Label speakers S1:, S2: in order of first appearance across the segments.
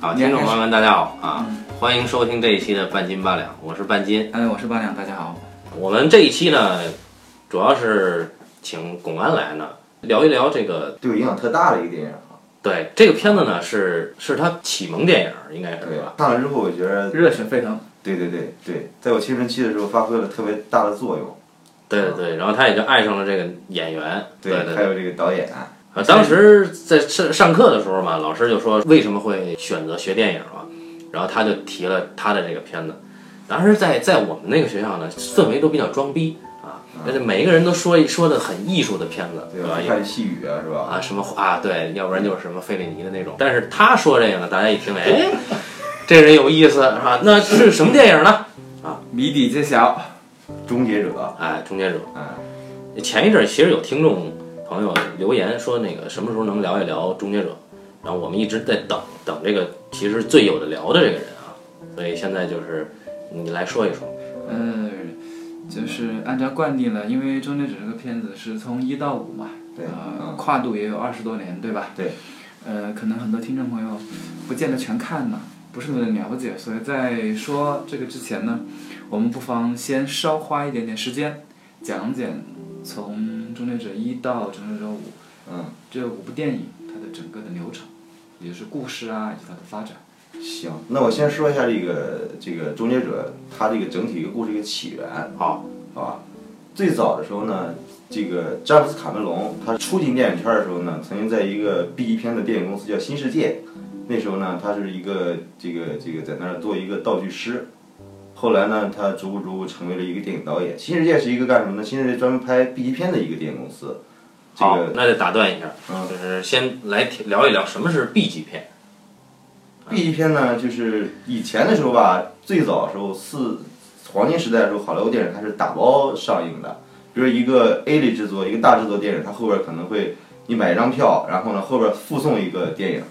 S1: 好，
S2: 你
S1: 听众朋友们，大家好啊！
S2: 嗯，
S1: 欢迎收听这一期的半斤八两，我是半斤。
S2: 哎，我是八两，大家好。
S1: 我们这一期呢，主要是请巩安来呢，聊一聊这个。
S3: 对我影响特大的一个电影，
S1: 对，这个片子呢是是他启蒙电影，应该是
S3: 对
S1: 吧？？
S3: 看了之后，我觉得，
S2: 热血沸腾，
S3: 对对对对，在我青春期的时候发挥了特别大的作用。
S1: 对对对，然后他也就爱上了这个演员。对对
S3: 还有这个导演，
S1: 啊，当时在上上课的时候嘛，老师就说为什么会选择学电影嘛，然后他就提了他的这个片子。当时在在我们那个学校呢，氛围都比较装逼啊，而且每一个人都说一说的很艺术的片子，
S3: 对
S1: 对吧
S3: 吧？？看细雨啊，是吧？
S1: 啊，什么啊，对，要不然就是什么费里尼的那种。但是他说这个呢，大家一听，哎，这人有意思是吧？那是什么电影呢？
S2: 谜底揭晓。
S3: 终结者，
S1: 哎，《终结者
S3: 哎，》。
S1: 前一阵儿其实有听众朋友留言说，那个什么时候能聊一聊《终结者》，然后我们一直在等等这个，其实最有的聊的这个人啊，所以现在就是你来说一说，
S2: 呃，就是按照惯例了，因为《终结者》这个片子是从一到五嘛，
S3: 对，
S1: 啊
S2: 呃，
S3: 嗯，
S2: 跨度也有二十多年，对吧？
S3: 对。
S2: 呃，可能很多听众朋友不见得全看呢，不是那么了解，所以在说这个之前呢，我们不妨先稍花一点点时间，讲讲从《终结者一》到《终结者五》
S3: 嗯，
S2: 这五部电影它的整个的流程，也就是故事啊，以及它的发展。
S3: 行，那我先说一下这个这个终结者，它这个整体一个故事一个起源，
S1: 好，
S3: 好吧？最早的时候呢，这个詹姆斯卡梅隆他初进电影圈的时候呢，曾经在一个 B 级片的电影公司叫新世界，那时候呢，他是一个这个这个在那儿做一个道具师。后来呢，他逐步逐步成为了一个电影导演。新世界是一个干什么呢？新世界专门拍 B 级片的一个电影公司。这
S1: 好
S3: 个，
S1: 那就打断一下，
S3: 嗯
S1: 就是先来聊一聊什么是 B 级片，
S3: B 级片呢，就是以前的时候吧，最早的时候四黄金时代的时候，好莱坞电影它是打包上映的。比如一个 A 类制作，一个大制作电影，它后边可能会你买一张票，然后呢后边附送一个电影。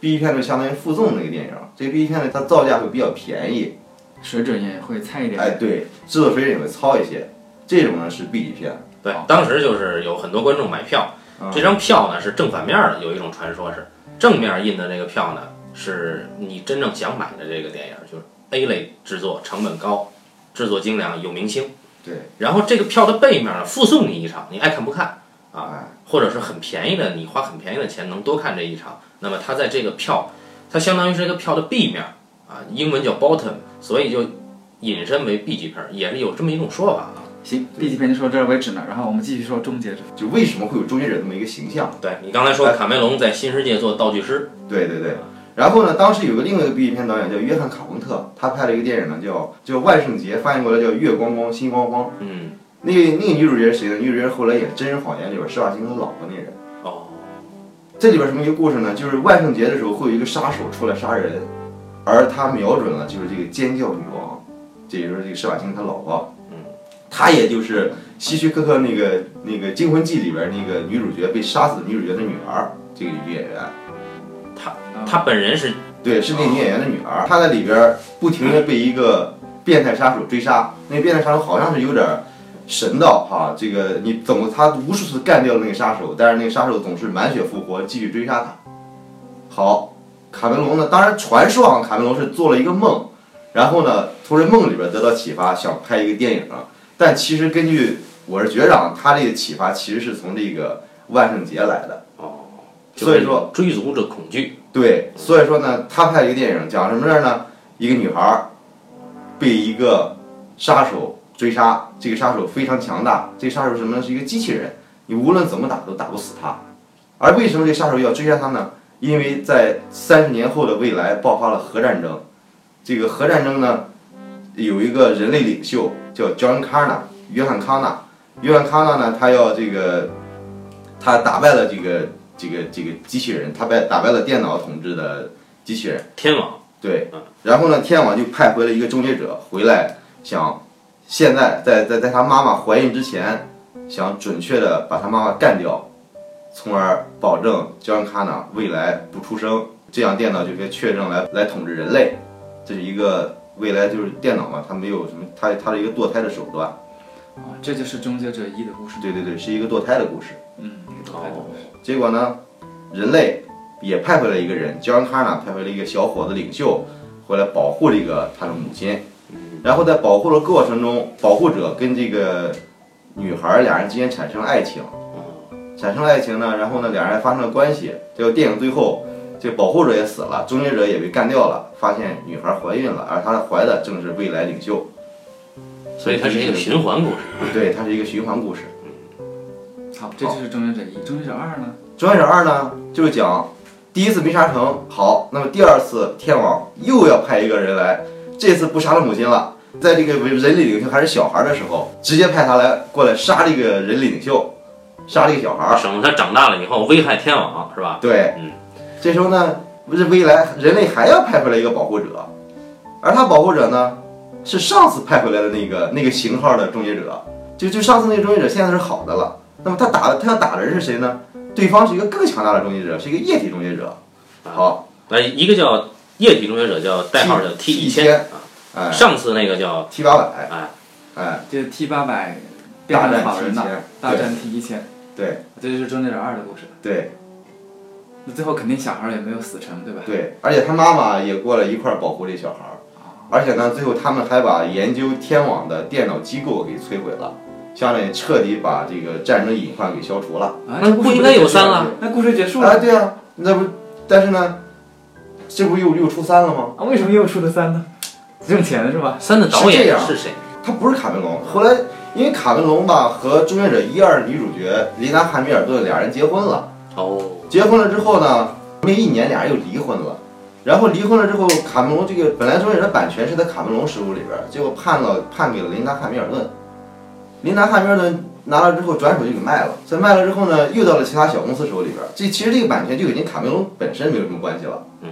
S3: B 级片就相当于附送那个电影，这个 B 级片呢它造价会比较便宜，
S2: 水准也会菜一点。
S3: 哎，对，制作水准也会糙一些。这种呢是 B 级片，
S1: 对
S2: 好，
S1: 当时就是有很多观众买票，
S3: 嗯
S1: 这张票呢是正反面的，有一种传说是正面印的这个票呢是你真正想买的这个电影，就是 A 类制作，成本高，制作精良，有明星。
S3: 对，
S1: 然后这个票的背面呢附送你一场，你爱看不看，啊
S3: 哎，
S1: 或者是很便宜的，你花很便宜的钱能多看这一场。那么它在这个票，它相当于是这个票的 B 面啊，英文叫 bottom，所以就引申为 B 级片，也是有这么一种说法啊。
S2: 行，B 级片就说这儿为止呢，然后我们继续说终结者。
S3: 就为什么会有终结者这么一个形象？
S1: 对你刚才说卡梅隆在新世界做道具师，
S3: 对对对。然后呢，当时有个另外一个 B 级片导演叫约翰卡彭特，他拍了一个电影呢，叫叫《万圣节》，翻译过来叫《月光光心慌慌》。
S1: 嗯，
S3: 那个那个女主角是谁呢？女主角后来演《真人谎言》里边施瓦辛格老婆那人。
S1: 哦，
S3: 这里边什么一个故事呢？就是万圣节的时候会有一个杀手出来杀人，而他瞄准了就是这个尖叫女王，这也就是这个施瓦辛格他老婆。
S1: 嗯，
S3: 她也就是希区柯克那个那个《惊魂记》里边那个女主角被杀死的女主角的女儿，这个女演员。
S2: 啊
S1: 他本人是
S3: 对，是那个女演员的女儿，她在里边儿不停的被一个变态杀手追杀，那个变态杀手好像是有点儿神道哈，这个你怎么他无数次干掉了那个杀手，但是那个杀手总是满血复活，继续追杀他。好，卡梅隆呢，当然传说啊，卡梅隆是做了一个梦，然后呢，从这梦里边得到启发，想拍一个电影，啊但其实根据我是学长，他这个启发其实是从这个万圣节来的。
S1: 哦，
S3: 所以说
S1: 追逐者恐惧，
S3: 对，所以说呢，他拍了一个电影，讲什么事儿呢？一个女孩儿被一个杀手追杀，这个杀手非常强大，这个杀手是什么呢？是一个机器人，你无论怎么打都打不死他。而为什么这个杀手要追杀他呢？因为在三十年后的未来爆发了核战争，这个核战争呢，有一个人类领袖叫 John Connor，约翰康纳，约翰康纳呢，他要这个，他打败了这个这个这个机器人，他败打败了电脑统治的机器人，
S1: 天网
S3: 对
S1: 嗯，
S3: 然后呢，天网就派回了一个终结者回来，想现在在在在他妈妈怀孕之前，想准确的把他妈妈干掉，从而保证 John Connor 未来不出生，这样电脑就可以确证来来统治人类，这是一个未来就是电脑嘛，它没有什么它它的一个堕胎的手段，
S2: 啊这就是终结者一的故事。
S3: 对对对，是一个堕胎的故事。
S2: 嗯，
S1: 哦，
S3: 结果呢，人类也派回来一个人，就让他呢派回来一个小伙子领袖，回来保护这个他的母亲。
S1: 嗯
S3: 然后在保护的过程中，保护者跟这个女孩儿俩人之间产生了爱情，
S1: 嗯
S3: 产生了爱情呢，然后呢俩人发生了关系。这个电影最后，这保护者也死了，终结者也被干掉了，发现女孩怀孕了，而她怀的正是未来领袖。
S1: 所以它是一个循环故事。
S3: 对，它是一个循环故事。
S2: 好，这就是《终结者一》，《终结者二》呢？
S3: 《终结者二》呢，就是讲第一次没杀成，好，那么第二次天网又要派一个人来，这次不杀他母亲了，在这个人类领袖还是小孩的时候，直接派他来过来杀这个人类领袖，杀这个小孩。
S1: 省得他长大了以后危害天网，是吧？
S3: 对，
S1: 嗯
S3: 这时候呢，不是未来人类还要派回来一个保护者，而他保护者呢，是上次派回来的那个那个型号的终结者，就就上次那个终结者现在是好的了，那么他打他要打的人是谁呢？对方是一个更强大的终结者，是一个液体终结者。好，
S1: 那一个叫液体终结者，叫代号叫 T 一
S3: T1000
S1: 千啊
S3: 哎
S1: 上次那个叫
S3: ，T 八百，
S1: 哎，
S3: 哎，
S2: 这 T 八百变
S3: 大
S2: 成
S3: 战
S2: 好
S3: T
S2: 人
S3: 一
S2: 了，
S3: 千，
S2: 大战 T 一千，
S3: 对
S2: 这就是《终结者二》的故事。
S3: 对
S2: 那最后肯定小孩儿也没有死成，对吧？
S3: 对，而且他妈妈也过来一块儿保护这小孩儿，而且呢，最后他们还把研究天网的电脑机构给摧毁了，相当于彻底把这个战争隐患给消除了。
S2: 啊，
S1: 那不应该有三了？
S2: 那故事结束了
S3: 啊，对啊，那不，但是呢，这不又又出三了吗？
S2: 啊？为什么又出了三呢？挣钱是吧？
S1: 三的导
S3: 是这
S1: 演
S3: 样
S1: 是谁？
S3: 他不是卡梅隆，后来因为卡梅隆吧和《终结者一二》女主角琳达·汉密尔顿俩人结婚了。
S1: 哦，
S3: 结婚了之后呢，没一年俩人又离婚了。然后离婚了之后，卡梅隆这个本来终结者的版权是在卡梅隆手里边儿，结果判了判给了琳达汉密尔顿。琳达汉密尔顿拿了之后，转手就给卖了。所以卖了之后呢，又到了其他小公司手里边儿。这其实这个版权就已经卡梅隆本身没有什么关系了。
S1: 嗯，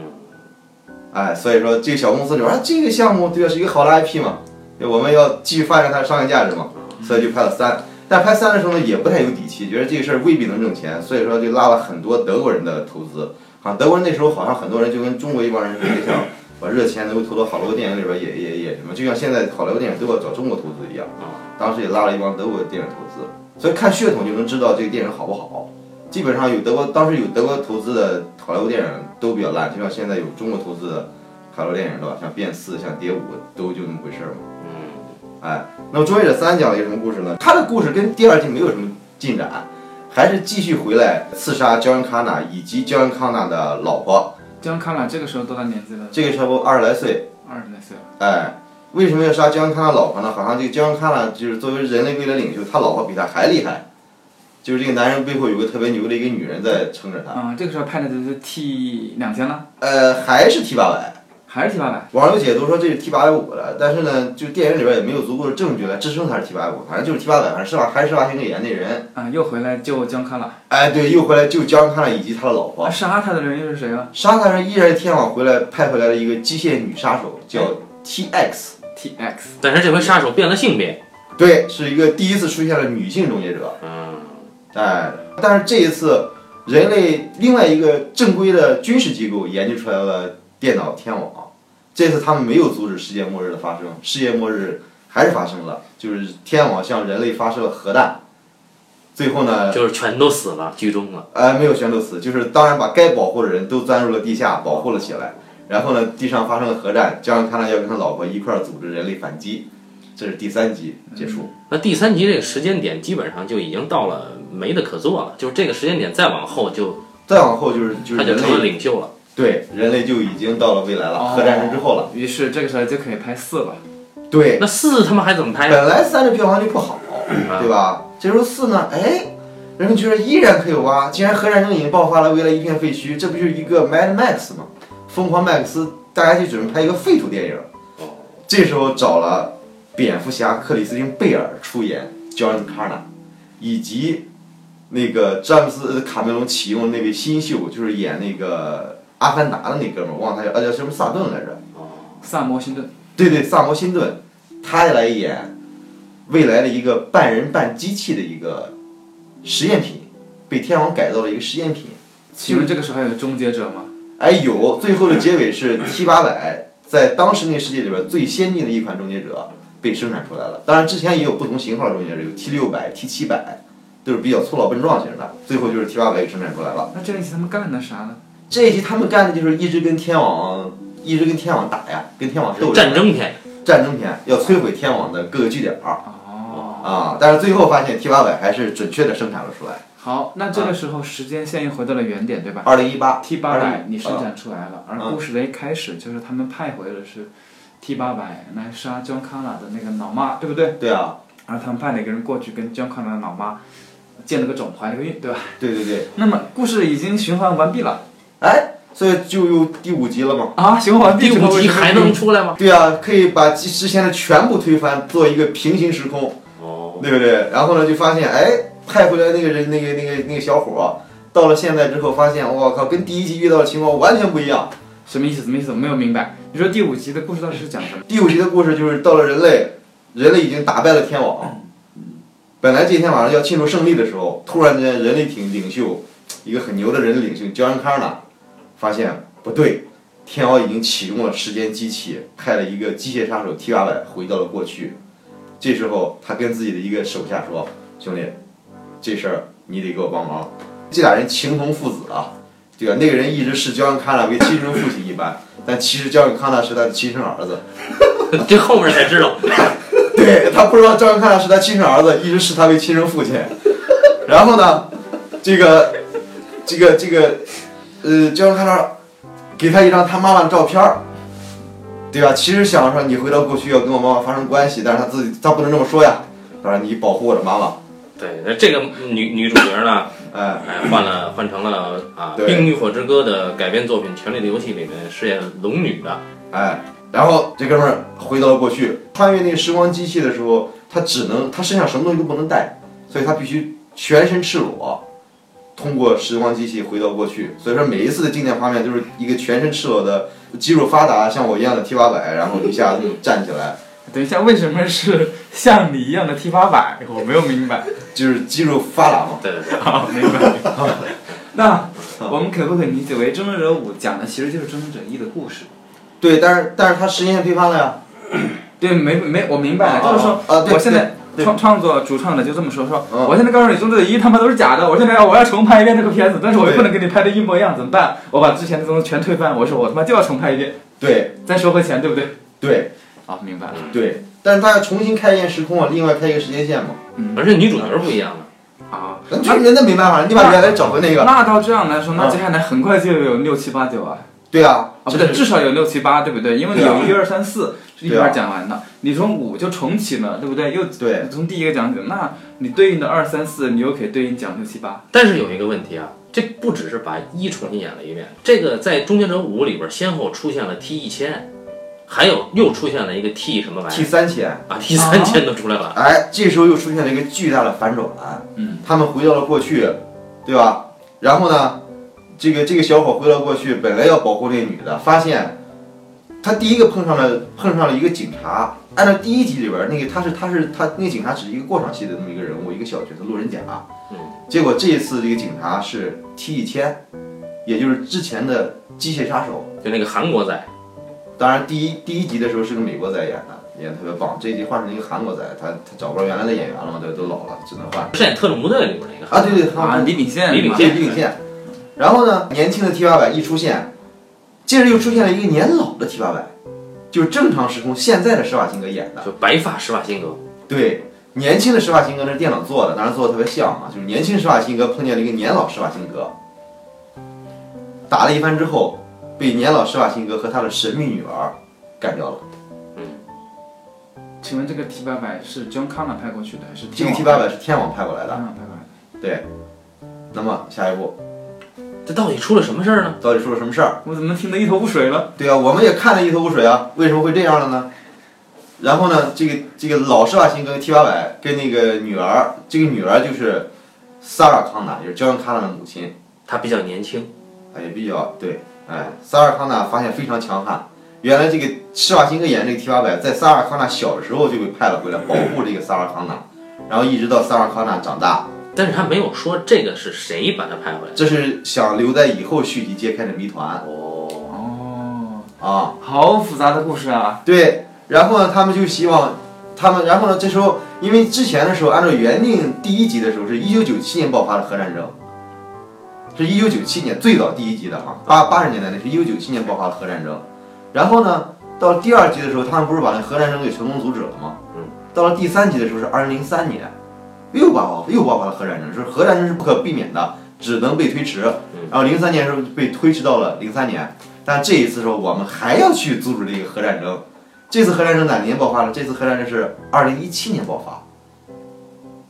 S3: 哎，所以说这个小公司里边儿，啊这个项目对吧是一个好的 IP 嘛，对我们要继续发展它的商业价值嘛，所以就拍了三。但拍三的时候呢，也不太有底气，觉得这个事儿未必能挣钱，所以说就拉了很多德国人的投资。啊，德国人那时候好像很多人就跟中国一帮人似的，想把热钱能够投到好莱坞电影里边，也也也什么，就像现在好莱坞电影都要找中国投资一样。
S1: 啊
S3: 当时也拉了一帮德国电影投资，所以看血统就能知道这个电影好不好。基本上有德国当时有德国投资的呃好莱坞电影都比较烂，就像现在有中国投资的好莱坞电影对吧？像《变四》、像《蝶舞》都就那么回事儿嘛。
S1: 嗯，
S3: 哎，那么《终结者三》讲了一个什么故事呢？它的故事跟第二季没有什么进展，还是继续回来刺杀 John Connor 以及 John Connor 的老婆。
S2: 江康啊朗这个时候多大年纪了？
S3: 这个时候二十来岁，
S2: 二十来岁了。
S3: 哎，为什么要杀 John Connor 老婆呢？好像这个 John Connor 就是作为人类未来领袖，他老婆比他还厉害，就是这个男人背后有个特别牛的一个女人在撑着他。
S2: 啊、这个时候拍的就是 T 两千了，
S3: 呃，还是 T 八百。
S2: 还是 T 八百？
S3: 网友解读说这是 T 八百五的，但是呢，就电影里边也没有足够的证据来支撑它是 T 八百五，反正就是 T 八百，反正施瓦还是施瓦辛格演那人。
S2: 啊，又回来救江康朗。
S3: 哎，对，又回来救江康了以及他的老婆。
S2: 杀他的人又是谁啊
S3: 沙滩上依然是天网回来派回来了一个机械女杀手，叫 T X。
S2: ？T X。
S1: 但是这回杀手变了性别，
S3: 对，是一个第一次出现了女性终结者。
S1: 嗯，
S3: 哎，但是这一次，人类另外一个正规的军事机构研究出来了电脑天网。这次他们没有阻止世界末日的发生，世界末日还是发生了，就是天网向人类发射了核弹。最后呢，
S1: 就是全都死了，剧终了，
S3: 呃，没有全都死，就是当然把该保护的人都钻入了地下，保护了起来。然后呢，地上发生了核战，加上他呢要跟他老婆一块儿组织人类反击，这是第三集结束。
S1: 那第三集这个时间点基本上就已经到了没得可做了，就是这个时间点再往后就
S3: 再往后就是就是
S1: 他就
S3: 人
S1: 成了
S3: 类
S1: 领袖了，
S3: 对人类就已经到了未来了，
S2: 哦
S3: 核战争之后了。
S2: 于是这个时候就可以拍四了。
S3: 对，
S1: 那四他妈还怎么拍？
S3: 本来三的票房就不好，对吧？这时候四呢，哎，人们觉得依然可以挖，既然核战争已经爆发了，未来一片废墟，这不就是一个 Mad Max 吗？疯狂麦克斯，大家就准备拍一个废土电影。
S1: 哦，
S3: 这时候找了蝙蝠侠克里斯汀贝尔出演 John Connor，以及那个詹姆斯卡梅隆启用的那位新秀，就是演那个《阿凡达》的那哥们儿，忘了他叫呃叫什么萨顿来着？
S2: 萨摩辛顿。
S3: 对对，萨摩辛顿，他来演未来的一个半人半机器的一个实验品，被天王改造的一个实验品。
S2: 请问这个时候还有终结者吗？
S3: 哎，有最后的结尾是 T 八百在当时那个世界里边最先进的一款终结者被生产出来了。当然之前也有不同型号的终结者，有 T 六百、T 七百，都是比较粗老笨壮型的。最后就是 T 八百给生产出来了。
S2: 那这一期他们干了啥呢？
S3: 这一集他们干的就是一直跟天网，一直跟天网打呀，跟天网斗
S1: 战争片，
S3: 战争片，要摧毁天网的各个据点儿
S2: 哦，
S3: 啊！但是最后发现 T 八百还是准确的生产了出来。
S2: 好，那
S1: 啊
S2: 这个时候时间线又回到了原点，对吧
S3: 二零一八
S2: ？T 八百你
S1: 啊
S2: 生产出来了，而故事的一开始就是他们派回的是 T 八百来杀 John Connor 的那个老妈，对不对？
S3: 对啊，
S2: 然后他们派了一个人过去跟 John Connor 的老妈见了个种，怀了个孕，对吧？
S3: 对对对，
S2: 那么故事已经循环完毕了
S3: 哎，所以就有第五集了嘛。
S2: 啊，循环完毕
S1: 第
S2: 之后
S1: 五集还能出来吗？
S3: 对啊，可以把之之前的全部推翻，做一个平行时空，
S1: 哦，
S3: 对不对？然后呢，就发现哎，派回来那个人，那个那个那个小伙儿，到了现在之后，发现我靠，跟第一集遇到的情况完全不一样。
S2: 什么意思？什么意思？我没有明白。你说第五集的故事到底是讲什么？
S3: 第五集的故事就是到了人类，人类已经打败了天网。本来这天晚上要庆祝胜利的时候，突然间人类挺领袖，一个很牛的人类领袖 John Connor 发现不对，天网已经启用了时间机器，派了一个机械杀手 T 八百回到了过去。这时候他跟自己的一个手下说：“兄弟，这事儿你得给我帮忙。”这俩人情同父子啊，对吧？那个人一直视 John Connor 为亲生父亲一般，但其实 John Connor 是他的亲生儿子。
S1: 这后面才知道，
S3: 对他不知道赵元看是他亲生儿子，一直视他为亲生父亲。然后呢，这个这个这个，呃，赵元看到给他一张他妈妈的照片儿，对吧？其实想说你回到过去要跟我妈妈发生关系，但是他自己他不能这么说呀。他说你保护我的妈妈，
S1: 对，那这个女女主角呢，
S3: 哎，
S1: 哎，换了换成了啊，《
S3: 对
S1: 冰与火之歌》的改编作品《权力的游戏》里面饰演龙女的，
S3: 哎，然后这哥们儿回到了过去，穿越那个时光机器的时候，他只能他身上什么东西都不能带，所以他必须全身赤裸，通过时光机器回到过去。所以说每一次的经典画面就是一个全身赤裸的肌肉发达像我一样的 T 八百，然后一下子站起来，
S2: 等一下，为什么是像你一样的 T 八百？我没有明白。
S3: 就是肌肉发达嘛。
S1: 对对对，
S2: 好，明白。那我们可不可以理解为《争夺者五》讲的其实就是《争夺者一》的故事？
S3: 对，但是但是他时间线推翻了呀。
S2: 对，没没，我明白了，
S3: 哦
S2: 就是说，
S3: 哦对
S2: 我现在
S3: 对对
S2: 创创作主创的就这么说，说、
S3: 嗯
S2: 我现在告诉你《争夺者一》他妈都是假的，我现在要我要重拍一遍这个片子，但是我又
S3: 对
S2: 不能给你拍的一模一样，怎么办？我把之前的东西全推翻，我说我他妈就要重拍一遍，
S3: 对
S2: 再收回钱，对不对？
S3: 对
S2: 啊、明白了。
S3: 对，但是他要重新开一件时空啊，另外开一个时间线嘛。
S1: 而且女主角不一样了，
S2: 啊，
S3: 那那那没办法，你把原来找回那个。
S2: 那到这样来说，那
S3: 嗯
S2: 接下来很快就有六七八九啊。
S3: 对啊，
S2: 啊，不对，至少有六七八，对不对？因为你有
S3: 对啊
S2: 一二三四是一
S3: 对啊
S2: 边讲完的，你从五就重启了，对不对？又
S3: 对
S2: 从第一个讲起，那你对应的二三四，你又可以对应讲六七八。
S1: 但是有一个问题啊，这不只是把一重新演了一遍，这个在《终结者五》里边先后出现了 T 一千，还有又出现了一个 T 什么玩意
S3: T
S1: 儿
S3: 三千。
S1: 啊，T 三千都出来了，
S3: 哎，这时候又出现了一个巨大的反转，
S2: 嗯，
S3: 他们回到了过去，对吧？然后呢，这个这个小伙回到过去，本来要保护那女的，发现他第一个碰上了碰上了一个警察。按照第一集里边儿那个他是他是他那个警察只是一个过场戏的那么一个人物，一个小角色路人甲。
S1: 嗯，
S3: 结果这一次这个警察是 T 一千，也就是之前的机械杀手。
S1: 就那个韩国仔，
S3: 当然，第一第一集的时候是个美国仔演的，演得特别棒。这一集换成一个韩国仔，他他找不着原来的演员了嘛，对，都老了，只能换。
S1: 饰演特种部队里边那个韩
S3: 啊，
S1: 国
S3: 对对，他
S2: 啊，李秉宪，
S1: 李秉
S3: 对
S1: 宪
S3: 李秉宪。然后呢，年轻的 T 八百一出现，接着又出现了一个年老的 T 八百，就是正常时空现在的施瓦辛格演的。
S1: 就白发施瓦辛格，
S3: 对，年轻的施瓦辛格那是电脑做的，当然做的特别像啊，就是年轻施瓦辛格碰见了一个年老施瓦辛格，打了一番之后，被年老施瓦辛格和他的神秘女儿干掉了。
S2: 请问这个 T 八百是 John Connor 拍过去的，还是
S3: 这个 T 八
S2: 八
S3: 百是天网派过来的。
S2: 拍过来的？
S3: 那么下一步
S1: 这到底出了什么事儿呢？
S3: 到底出了什么事儿？
S2: 我怎么听得一头雾水了？
S3: 对啊，我们也看得一头雾水啊，为什么会这样了呢？然后呢，这个这个老施瓦辛格 T 八百跟那个女儿，这个女儿就是 Sarah 康纳，就是 John 康纳的母亲，
S1: 他比较年轻，
S3: 哎，也比较对，哎，Sarah 康纳发现非常强悍。原来这个施瓦辛格演这个 T 八百，在 Sarah 康纳小时候就被派了回来保护这个 Sarah 康纳，然后一直到 Sarah 康纳长大，
S1: 但是他没有说这个是谁把他派回来的。
S3: 这是想留在以后续集揭开的谜团
S1: 哦，
S2: 哦，
S3: 啊。
S2: 好复杂的故事啊！
S3: 对，然后呢，他们就希望，他们，然后呢，这时候因为之前的时候，按照原定第一集的时候是一九九七年爆发的核战争，是一九九七年最早第一集的啊，八八十年代那是一九九七年爆发了核战争，然后呢，到第二集的时候，他们不是把那核战争给成功阻止了吗？
S1: 嗯，
S3: 到了第三集的时候是二零零三年，又爆发又爆发了核战争，是核战争是不可避免的，只能被推迟。然后零三年时候被推迟到了零三年，但这一次时候我们还要去阻止这个核战争。这次核战争哪年爆发呢？这次核战争是二零一七年爆发。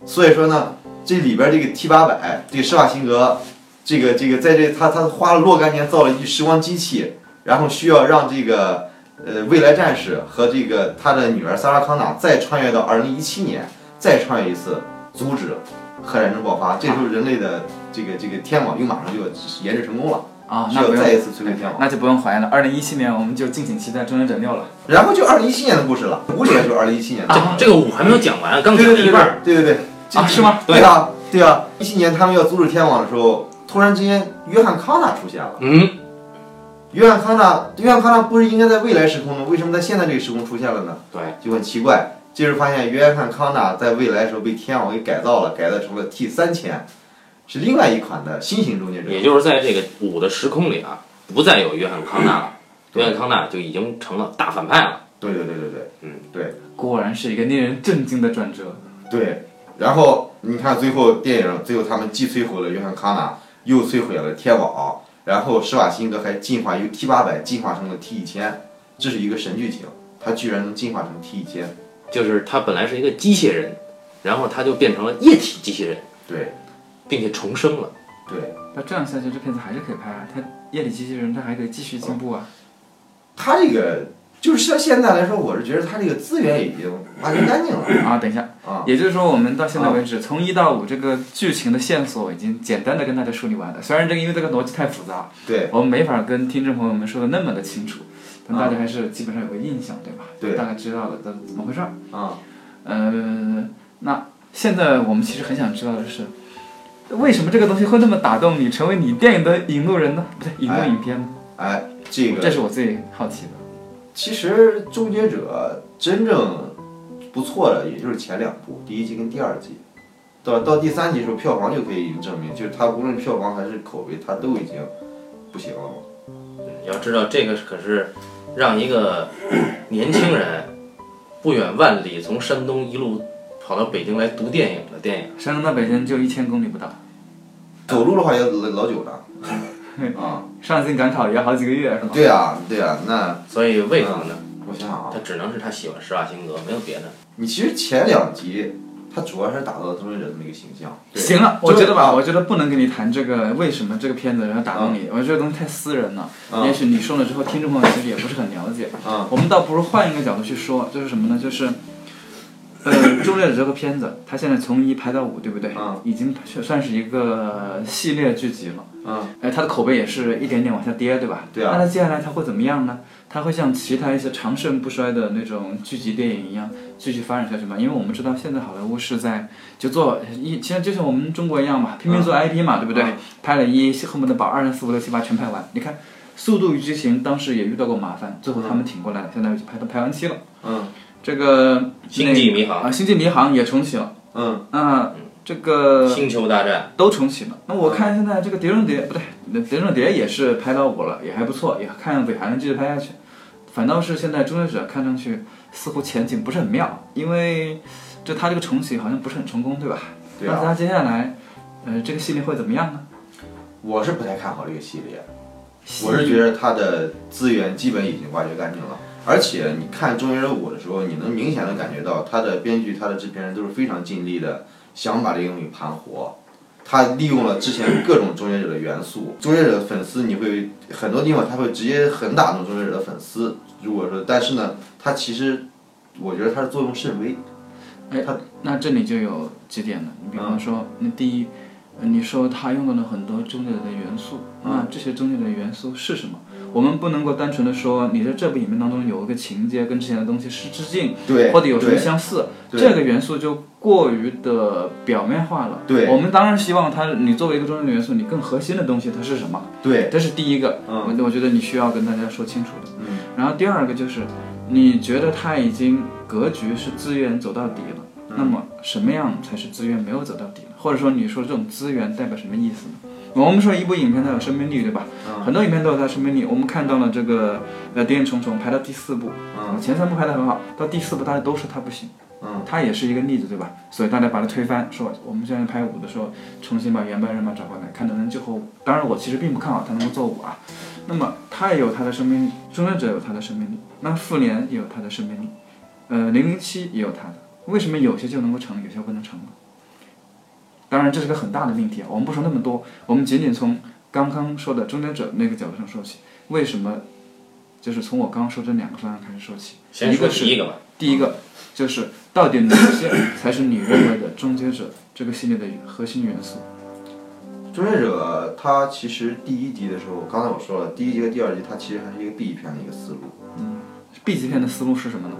S3: 所以说呢，这里边这个 T 八百，这个施瓦辛格，这个这个在这他他花了若干年造了一具时光机器，然后需要让这个呃未来战士和这个他的女儿萨拉康纳再穿越到二零一七年，再穿越一次，阻止核战争爆发。这时候人类的这个这个天网又马上就要研制成功了，
S2: 啊，
S3: 需
S2: 那
S3: 要
S2: 不用哎
S3: 再一次摧毁天网。
S2: 那就不用怀念了。二零一七年我们就敬请期待《中原拯救》了。
S3: 然后就二零一七年的故事了，五里也就是二零一七年的。
S1: 这这个我还没有讲完，刚
S3: 对
S1: 讲了
S3: 对对
S1: 一
S3: 对
S1: 半儿。
S3: 对对对，这
S2: 啊是吗
S1: 对
S3: 对啊，对啊，一七年他们要阻止天网的时候，突然之间约翰康纳出现了。
S1: 嗯，
S3: 约翰康纳，约翰康纳不是应该在未来时空吗？为什么在现在这个时空出现了呢？
S1: 对，
S3: 就很奇怪。接着发现约翰康纳在未来的时候被天网给改造了，改造成了 T 三千，是另外一款的新型终结者。
S1: 也就是在这个五的时空里啊，不再有约翰康纳了，约翰康纳就已经成了大反派了。
S3: 对对对对对
S2: 果然是一个令人震惊的转折。
S3: 对。然后你看最后电影，最后他们既摧毁了约翰康纳，又摧毁了天网，然后施瓦辛格还进化由 T 八百进化成了 T 一千，这是一个神剧情，他居然能进化成 T 一千。
S1: 就是他本来是一个机械人，然后他就变成了液体机器人，
S3: 对
S1: 并且重生了。
S3: 对。
S2: 那这样下去，这片子还是可以拍啊。它夜里机器人，它还可以继续进步啊。
S3: 他这个就是像现在来说，我是觉得他这个资源已经挖掘干净了
S2: 啊，等一下，
S3: 啊。
S2: 也就是说，我们到现在为止，从一到五这个剧情的线索已经简单的跟大家梳理完了。虽然这个因为这个逻辑太复杂，
S3: 对
S2: 我们没法跟听众朋友们说的那么的清楚，但
S3: 啊
S2: 大家还是基本上有个印象，对吧？
S3: 对
S2: 大概知道了怎怎么回事儿。
S3: 啊，
S2: 嗯，那现在我们其实很想知道的是，为什么这个东西会那么打动你，成为你电影的引路人呢？不对，引路
S3: 哎
S2: 影片呢？
S3: 哎，这
S2: 这
S3: 个
S2: 是我最好奇的。
S3: 其实《终结者》真正不错的，也就是前两部，第一季跟第二季，到到第三季的时候，票房就可以已经证明，就是它无论票房还是口碑，它都已经不行了嘛。
S1: 你要知道，这个可是让一个 年轻人不远万里从山东一路跑到北京来读电影的电影。
S2: 山东到北京就一千公里不到，
S3: 走路的话也老老久了啊。
S2: 上次你赶考也要好几个月是吗？
S3: 对啊，对啊，那
S1: 所以为什么呢？
S3: 我想想啊，
S1: 他只能是他喜欢施瓦辛格，没有别的。
S3: 你其实前两集它主要是打造了终结者这么一个形象。对
S2: 行了，
S3: 就
S2: 我
S3: 是
S2: 觉得吧，
S3: 啊
S2: 我觉得不能跟你谈这个为什么这个片子然后打动你，我觉得这个东西太私人了。
S3: 嗯
S2: 也许你说了之后，听众朋友其实也不是很了解。
S3: 啊
S2: 我们倒不如换一个角度去说，就是什么呢？就是，呃，《终结者》这个片子，它现在从一拍到五，对不对？
S3: 嗯
S2: 已经算是一个系列剧集了。
S3: 啊，
S2: 哎，它的口碑也是一点点往下跌，对吧？
S3: 对啊
S2: 那它接下来它会怎么样呢？它会像其他一些长盛不衰的那种剧集电影一样继续发展下去吗？因为我们知道现在好莱坞是在就做一，其实就像我们中国一样嘛，
S1: 嗯
S2: 拼命做 IP 嘛，对不对？拍了一，恨不得把二三四五六七八全拍完。你看《速度与激情》当时也遇到过麻烦，最后他们挺过来了，现在已经拍到拍完期了。
S3: 嗯
S2: 这个
S1: 星际迷航
S2: 啊，《星际迷航》也重启了。
S3: 嗯。
S2: 那这个
S1: 星球大战，
S2: 都重启了。那我看现在这个《碟中谍》不对，那《碟中谍》也是拍到我了，也还不错，也看北韩能继续拍下去。反倒是现在《终结者》看上去似乎前景不是很妙，因为就它这个重启好像不是很成功，对吧？
S3: 对啊
S2: 那它接下来，呃，这个系列会怎么样呢？
S3: 我是不太看好这个系列，我是觉得它的资源基本已经挖掘干净了。而且你看《终结者五》的时候，你能明显的感觉到它的编剧、它的制片人都是非常尽力的，想把这个东西盘活。他利用了之前各种终结者的元素，终结者的粉丝你会很多地方他会直接很打动终结者的粉丝。如果说，但是呢，他其实我觉得他是作用甚微。
S2: 那这里就有几点了。你比
S3: 嗯
S2: 方说，那第一，呃你说它用到了很多终结者的元素，
S3: 嗯
S2: 那这些终结者的元素是什么？我们不能够单纯的说，你在这部影片当中有一个情节跟之前的东西是致敬，
S3: 对，
S2: 或者有什么
S3: 对
S2: 相似，
S3: 对
S2: 这个元素就过于的表面化了。
S3: 对
S2: 我们当然希望它，你作为一个中间元素，你更核心的东西它是什么？
S3: 对，
S2: 这是第一个，
S3: 嗯
S2: 我我觉得你需要跟大家说清楚的。
S3: 嗯，
S2: 然后第二个就是，你觉得它已经格局是资源走到底了，
S3: 嗯
S2: 那么什么样才是资源没有走到底呢？或者说你说这种资源代表什么意思呢？我们说一部影片它有生命力，对吧？
S3: 嗯
S2: 很多影片都有它的生命力。我们看到了这个呃《谍影重重》排到第四部，
S3: 嗯
S2: 前三部拍得很好，到第四部大家都说它不行，
S3: 嗯，
S2: 它也是一个例子，对吧？所以大家把它推翻，说我们现在拍五的时候，重新把原班人马找回来，看能不能救活五。当然，我其实并不看好它能够做五啊。那么它也有它的生命力，终结者有它的生命力，那复联也有它的生命力，呃，零零七也有它的。为什么有些就能够成，有些不能成呢？当然，这是个很大的命题啊。我们不说那么多，我们仅仅从刚刚说的终结者那个角度上说起。为什么？就是从我刚刚说这两个方向开始说起。
S1: 先
S2: 一
S1: 说
S2: 个是
S1: 第一个吧，
S2: 第一个就是到底哪些才是你认为的终结者这个系列的核心元素？
S3: 终结者它其实第一集的时候，刚才我说了，第一集和第二集它其实还是一个 B 片的一个思路。
S2: B 级片的思路是什么呢？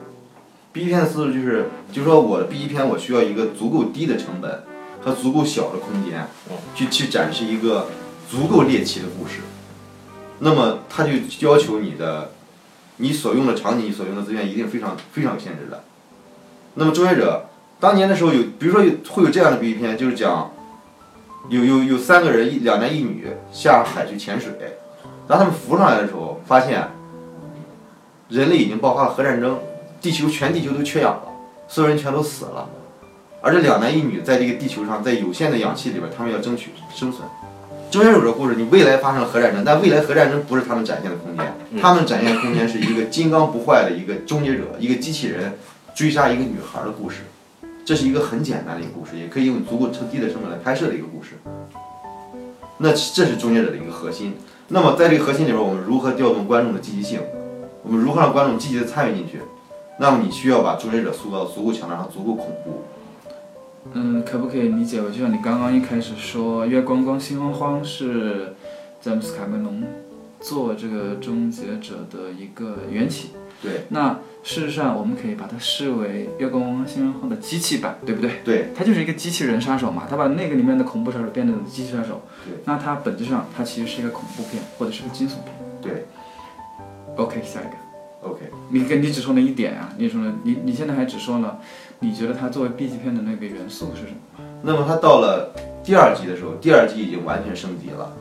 S3: B 片的思路就是，就是说我的 B 片我需要一个足够低的成本和足够小的空间
S1: 嗯，
S3: 去去展示一个足够猎奇的故事。那么它就要求你的，你所用的场景、你所用的资源一定非常非常有限制的。那么终结者当年的时候有，比如说有会有这样的 B 片，就是讲有有有三个人，一两男一女下海去潜水，当他们浮上来的时候，发现人类已经爆发了核战争。地球全地球都缺氧了，所有人全都死了，而这两男一女在这个地球上，在有限的氧气里边，他们要争取生存。中间有个故事，你未来发生了核战争，但未来核战争不是他们展现的空间，
S1: 嗯
S3: 他们展现的空间是一个金刚不坏的一个终结者，一个机器人追杀一个女孩的故事。这是一个很简单的一个故事，也可以用足够低的成本来拍摄的一个故事。那这是终结者的一个核心。那么在这个核心里边，我们如何调动观众的积极性？我们如何让观众积极的参与进去？那么你需要把终结者塑造得足够强大，足够恐怖。
S2: 嗯，可不可以理解为，就像你刚刚一开始说，《月光光心慌慌》是詹姆斯卡梅隆做这个终结者的一个缘起。
S3: 对
S2: 那事实上，我们可以把它视为《月光光心慌慌》的机器版，对不对？
S3: 对，
S2: 他就是一个机器人杀手嘛，他把那个里面的恐怖杀手变成了机器杀手。
S3: 对，
S2: 那它本质上它其实是一个恐怖片或者是个惊悚片。
S3: 对
S2: ，OK，下一个，
S3: ，OK，
S2: 你跟你只说了一点啊，你说了，你你现在还只说了，你觉得它作为 B 级片的那个元素是什么？
S3: 那么它到了第二集的时候，第二集已经完全升级了，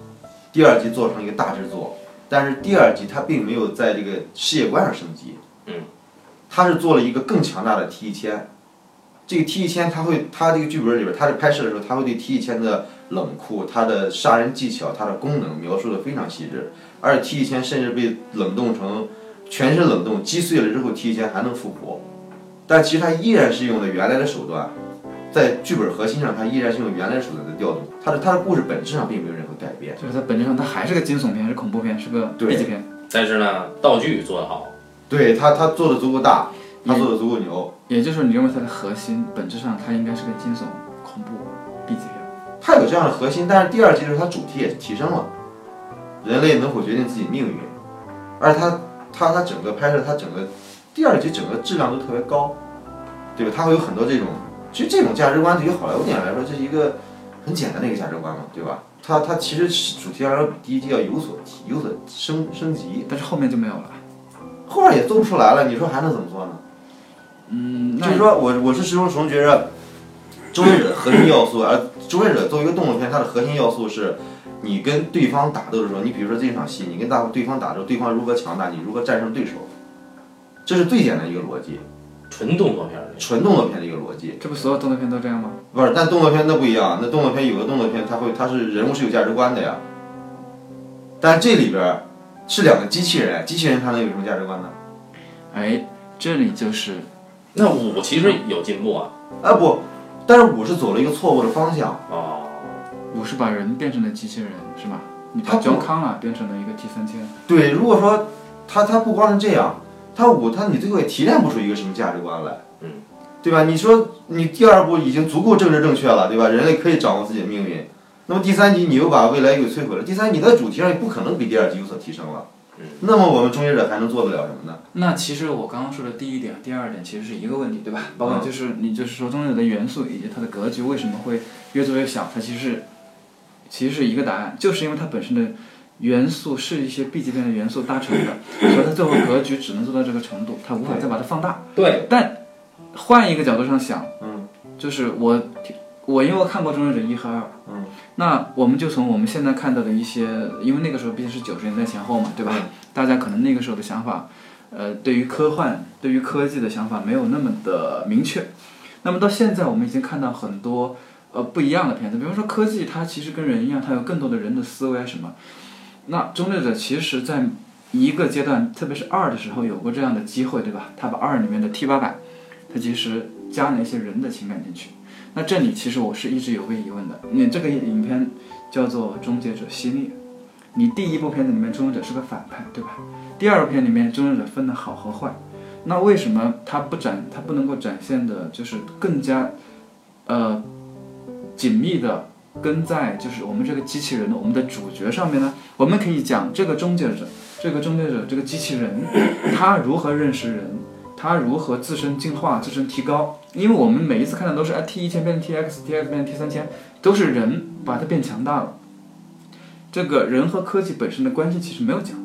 S3: 第二集做成一个大制作，但是第二集它并没有在这个世界观上升级，
S1: 嗯，
S3: 它是做了一个更强大的 T 一千，这个 T 一千它会，它这个剧本里边，它在拍摄的时候，它会对 T 一千的冷酷、它的杀人技巧、它的功能描述的非常细致，而且 T 一千甚至被冷冻成全身冷冻，击碎了之后 T 一千还能复活，但其实它依然是用的原来的手段。在剧本核心上，它依然是用原来手段的调动，它的它的故事本质上并没有任何改变。
S2: 就是它本质上它还是个惊悚片，是恐怖片，是个
S3: 对
S2: B 级片，
S1: 但是呢，道具做得好，
S3: 对它，它做的足够大，它做的足够牛，
S2: 也就是说你认为它的核心本质上它应该是个惊悚恐怖 B 级片。
S3: 它有这样的核心，但是第二季的时候，它主题也提升了，人类能否决定自己命运，而它它它整个拍摄，它整个第二集整个质量都特别高，对吧？它会有很多这种，其实这种价值观对于好莱坞电影来说，这是一个很简单的一个价值观嘛，对吧？它它其实是主题上要比第一季要有所提有所升升级，
S2: 但是后面就没有了。
S3: 后面也做不出来了，你说还能怎么做呢？
S2: 嗯，那
S3: 就是说我我是始终始终觉着，终结者的核心要素，而终结者作为一个动作片，它的核心要素是，你跟对方打斗的时候，你比如说这场戏，你跟大对方打斗，对方如何强大，你如何战胜对手，这是最简单的一个逻辑，
S1: 纯动作片儿。
S3: 纯动作片的一个逻辑。
S2: 这不所有动作片都这样吗？
S3: 不是，但动作片那不一样，那动作片有的动作片它会它是人物是有价值观的呀，但这里边儿是两个机器人，机器人它能有什么价值观呢？
S2: 哎，这里就是
S1: 那五其实有进步啊，
S3: 啊不，但是我是走了一个错误的方向。
S1: 哦，
S2: 我是把人变成了机器人，是吧？你
S3: 他
S2: 把
S3: 不
S2: john c o n 变成了一个 T 三千，
S3: 对，如果说他他不光是这样，他五他你最后也提炼不出一个什么价值观来，
S1: 嗯，
S3: 对吧？你说你第二部已经足够政治正确了，对吧？人类可以掌握自己的命运，那么第三集你又把未来又给摧毁了，第三集你的主题上也不可能比第二集有所提升了，
S1: 嗯，
S3: 那么我们终结者还能做得了什么呢？
S2: 那其实我刚刚说的第一点、第二点其实是一个问题，对吧？包括就是你就是说中有的元素以及它的格局为什么会越做越小，它其实是其实是一个答案，就是因为它本身的元素是一些 B 级片的元素搭成的，所以它最后格局只能做到这个程度，它无法再把它放大。
S1: 对，
S2: 换一个角度上想，
S3: 嗯，
S2: 就是我我因为我看过《终结者一》和二，
S3: 嗯，
S2: 那我们就从我们现在看到的一些，因为那个时候毕竟是九十年代前后嘛，对吧？
S3: 嗯
S2: 大家可能那个时候的想法，呃，对于科幻、对于科技的想法没有那么的明确。那么到现在，我们已经看到很多呃不一样的片子，比方说科技，它其实跟人一样，它有更多的人的思维啊什么。那《终结者》其实在一个阶段，特别是二的时候，有过这样的机会，对吧？他把二里面的 T 八百，他其实加了一些人的情感进去。那这里其实我是一直有个疑问的，你这个影片叫做《终结者熄灭》，你第一部片子里面终结者是个反派，对吧？第二部片里面终结者分了好和坏，那为什么他不展他不能够展现的就是更加，呃，紧密的跟在就是我们这个机器人的我们的主角上面呢？我们可以讲这个终结者，这个终结者这个机器人，他如何认识人，他如何自身进化、自身提高。因为我们每一次看的都是哎 T 一千变 T X、T X 变 T 三千，都是人把它变强大了。这个人和科技本身的关系其实没有讲，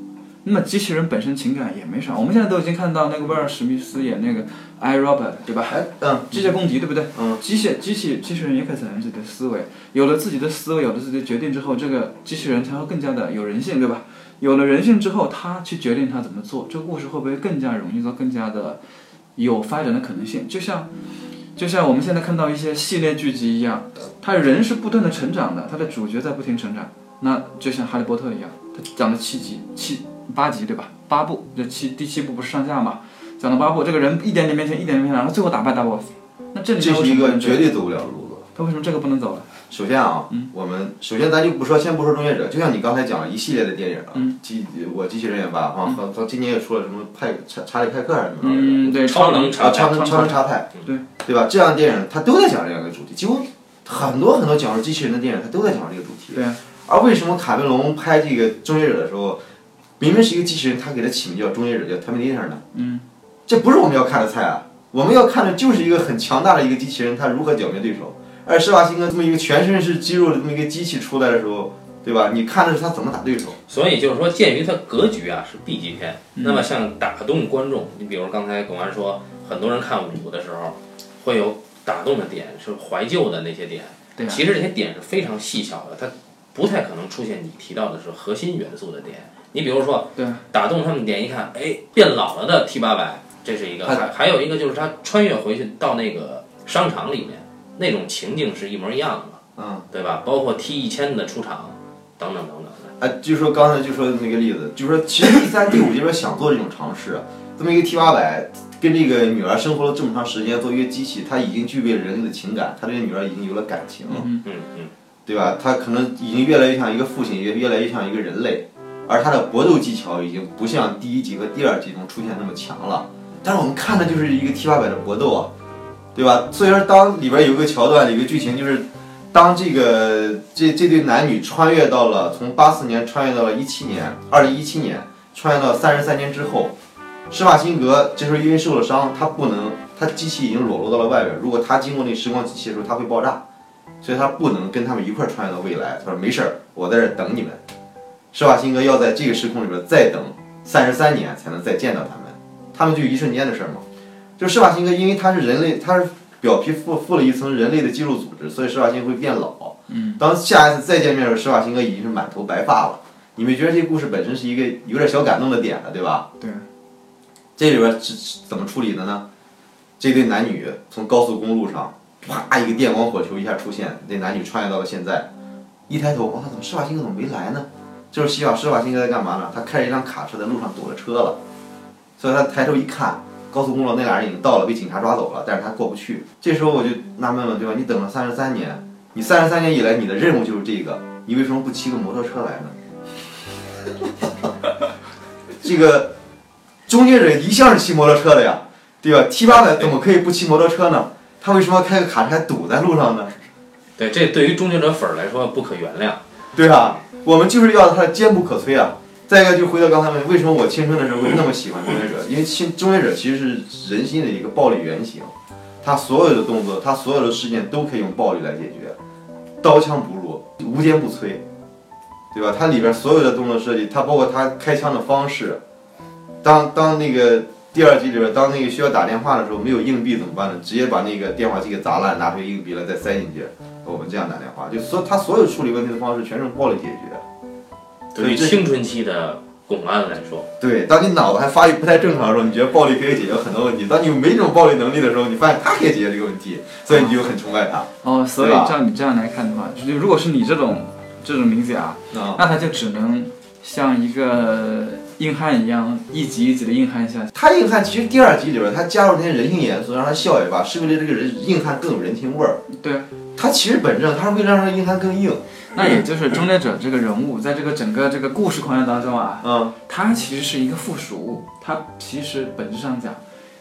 S2: 那么机器人本身情感也没啥。我们现在都已经看到那个威尔史密斯演那个 I Robot 对吧？
S3: 哎，嗯，
S2: 机械攻击对不对？
S3: 嗯，
S2: 机械机器机器人也可以产生自己的思维，有了自己的思维，有了自己的决定之后，这个机器人才会更加的有人性，对吧？有了人性之后，他去决定他怎么做，这个故事会不会更加容易做，更加的有发展的可能性？就像就像我们现在看到一些系列剧集一样，他人是不断的成长的，他的主角在不停成长。那就像哈利波特一样，他讲了七集七八集对吧？八部这七第七部不是上下嘛？讲了八部，这个人一点点变强，一点点变强，然后最后打败大 boss。那这里
S3: 这
S2: 面为
S3: 是
S2: 什
S3: 一
S2: 么不
S3: 个
S2: 能这样
S3: 绝对走不了的路子。
S2: 他为什么这个不能走了？
S3: 首先啊，
S2: 嗯
S3: 我们首先咱就不说，先不说《终结者》，就像你刚才讲了一系列的电影啊，
S2: 嗯
S3: 机我机器人也罢啊，到到今年也出了什么派查查理派克还是怎么着来着？
S2: 嗯，对，
S1: 超能
S3: 啊，超
S2: 超
S3: 能
S2: 能
S3: 超能查派，
S2: 对
S3: 对吧？这样的电影它都在讲这样一个主题，几乎很多很多讲述机器人的电影，它都在讲这个主题。
S2: 对啊，
S3: 而为什么卡梅隆拍这个《终结者》的时候，明明是一个机器人，他给它起名叫《终结者》，叫 Terminator 呢？
S2: 嗯，
S3: 这不是我们要看的菜啊！我们要看的就是一个很强大的一个机器人，它如何剿灭对手。而施瓦辛格这么一个全身是肌肉的这么一个机器出来的时候，对吧？你看的是他怎么打对手。
S1: 所以就是说，鉴于它格局啊是 B 级片，
S2: 嗯
S1: 那么像打动观众，你比如刚才耿安说，很多人看五的时候会有打动的点，是怀旧的那些点。
S2: 对啊，
S1: 其实这些点是非常细小的，它不太可能出现你提到的是核心元素的点。你比如说，
S2: 对啊
S1: 打动他们点，一看，哎，变老了的 T 八百，这是一个；
S3: 他
S1: 还还有一个就是他穿越回去到那个商场里面，那种情境是一模一样的，
S3: 嗯，
S1: 对吧？包括 T 一千的出场，等等等等的。
S3: 啊，就说刚才就说那个例子，就说其实第三、第五这边想做这种尝试，这么一个 T 八百跟这个女儿生活了这么长时间，作为一个机器，它已经具备了人类的情感，它对女儿已经有了感情，
S1: 嗯嗯，
S3: 对吧？它可能已经越来越像一个父亲，越越来越像一个人类，而它的搏斗技巧已经不像第一集和第二集中出现那么强了。但是我们看的就是一个 T 八百的搏斗啊，对吧？所以说，当里边有一个桥段，有一个剧情就是，当这个这这对男女穿越到了从八四年穿越到了一七年，二零一七年穿越到三十三年之后，施瓦辛格这时候因为受了伤，他不能，他机器已经裸露到了外边，如果他经过那时光机器的时候，他会爆炸，所以他不能跟他们一块儿穿越到未来。他说没事儿，我在这儿等你们。施瓦辛格要在这个时空里边再等三十三年才能再见到他们，他们就一瞬间的事儿嘛。就施瓦辛格，因为他是人类，他是表皮附附了一层人类的肌肉组织，所以施瓦辛格会变老。
S2: 嗯，
S3: 当下一次再见面的时候，施瓦辛格已经是满头白发了。你们觉得这故事本身是一个有点小感动的点了，对吧？
S2: 对啊，
S3: 这里边是是怎么处理的呢？这对男女从高速公路上，啪一个电光火球一下出现，那男女穿越到了现在，一抬头，哇，怎么施瓦辛格怎么没来呢？就是希望施瓦辛格在干嘛呢？他开着一辆卡车在路上堵了车了，所以他抬头一看，高速公路那俩人已经到了，被警察抓走了，但是他过不去。这时候我就纳闷了，对吧？你等了三十三年，你三十三年以来你的任务就是这个，你为什么不骑个摩托车来呢？ 这个终结者一向是骑摩托车的呀，对吧？T 八百怎么可以不骑摩托车呢？他为什么要开个卡车还堵在路上呢？
S1: 对，这对于终结者粉儿来说不可原谅。
S3: 对啊，我们就是要他的坚不可摧啊。再一个，就回到刚才问，为什么我青春的时候会那么喜欢终结者？因为青终结者其实是人心的一个暴力原型，他所有的动作，他所有的事件都可以用暴力来解决，刀枪不入，无坚不摧，对吧？它里边所有的动作设计，它包括它开枪的方式，当当那个第二集里边，当那个需要打电话的时候，没有硬币怎么办呢？直接把那个电话机给砸烂，拿出硬币来再塞进去，我们这样打电话。就所他所有处理问题的方式全是用暴力解决。
S1: 对于
S3: 这
S1: 青春期的公安来说，
S3: 对，当你脑子还发育不太正常的时候，你觉得暴力可以解决很多问题；当你没这种暴力能力的时候，你发现他可以解决这个问题，所以你就很崇拜他。
S2: 哦，所以
S3: 对吧
S2: 照你这样来看的话，就如果是你这种这种名啊，
S3: 啊、
S2: 那他就只能像一个硬汉一样，一级一级的硬汉下去。
S3: 他硬汉其实第二集里边，他加入那些人性元素，让他笑一把，是为了这个人硬汉更有人情味儿。
S2: 对啊，
S3: 他其实本质上他是为了让硬汉更硬。
S2: 那也就是终结者这个人物，在这个整个这个故事框架当中啊，
S3: 嗯，
S2: 它其实是一个附属物，它其实本质上讲，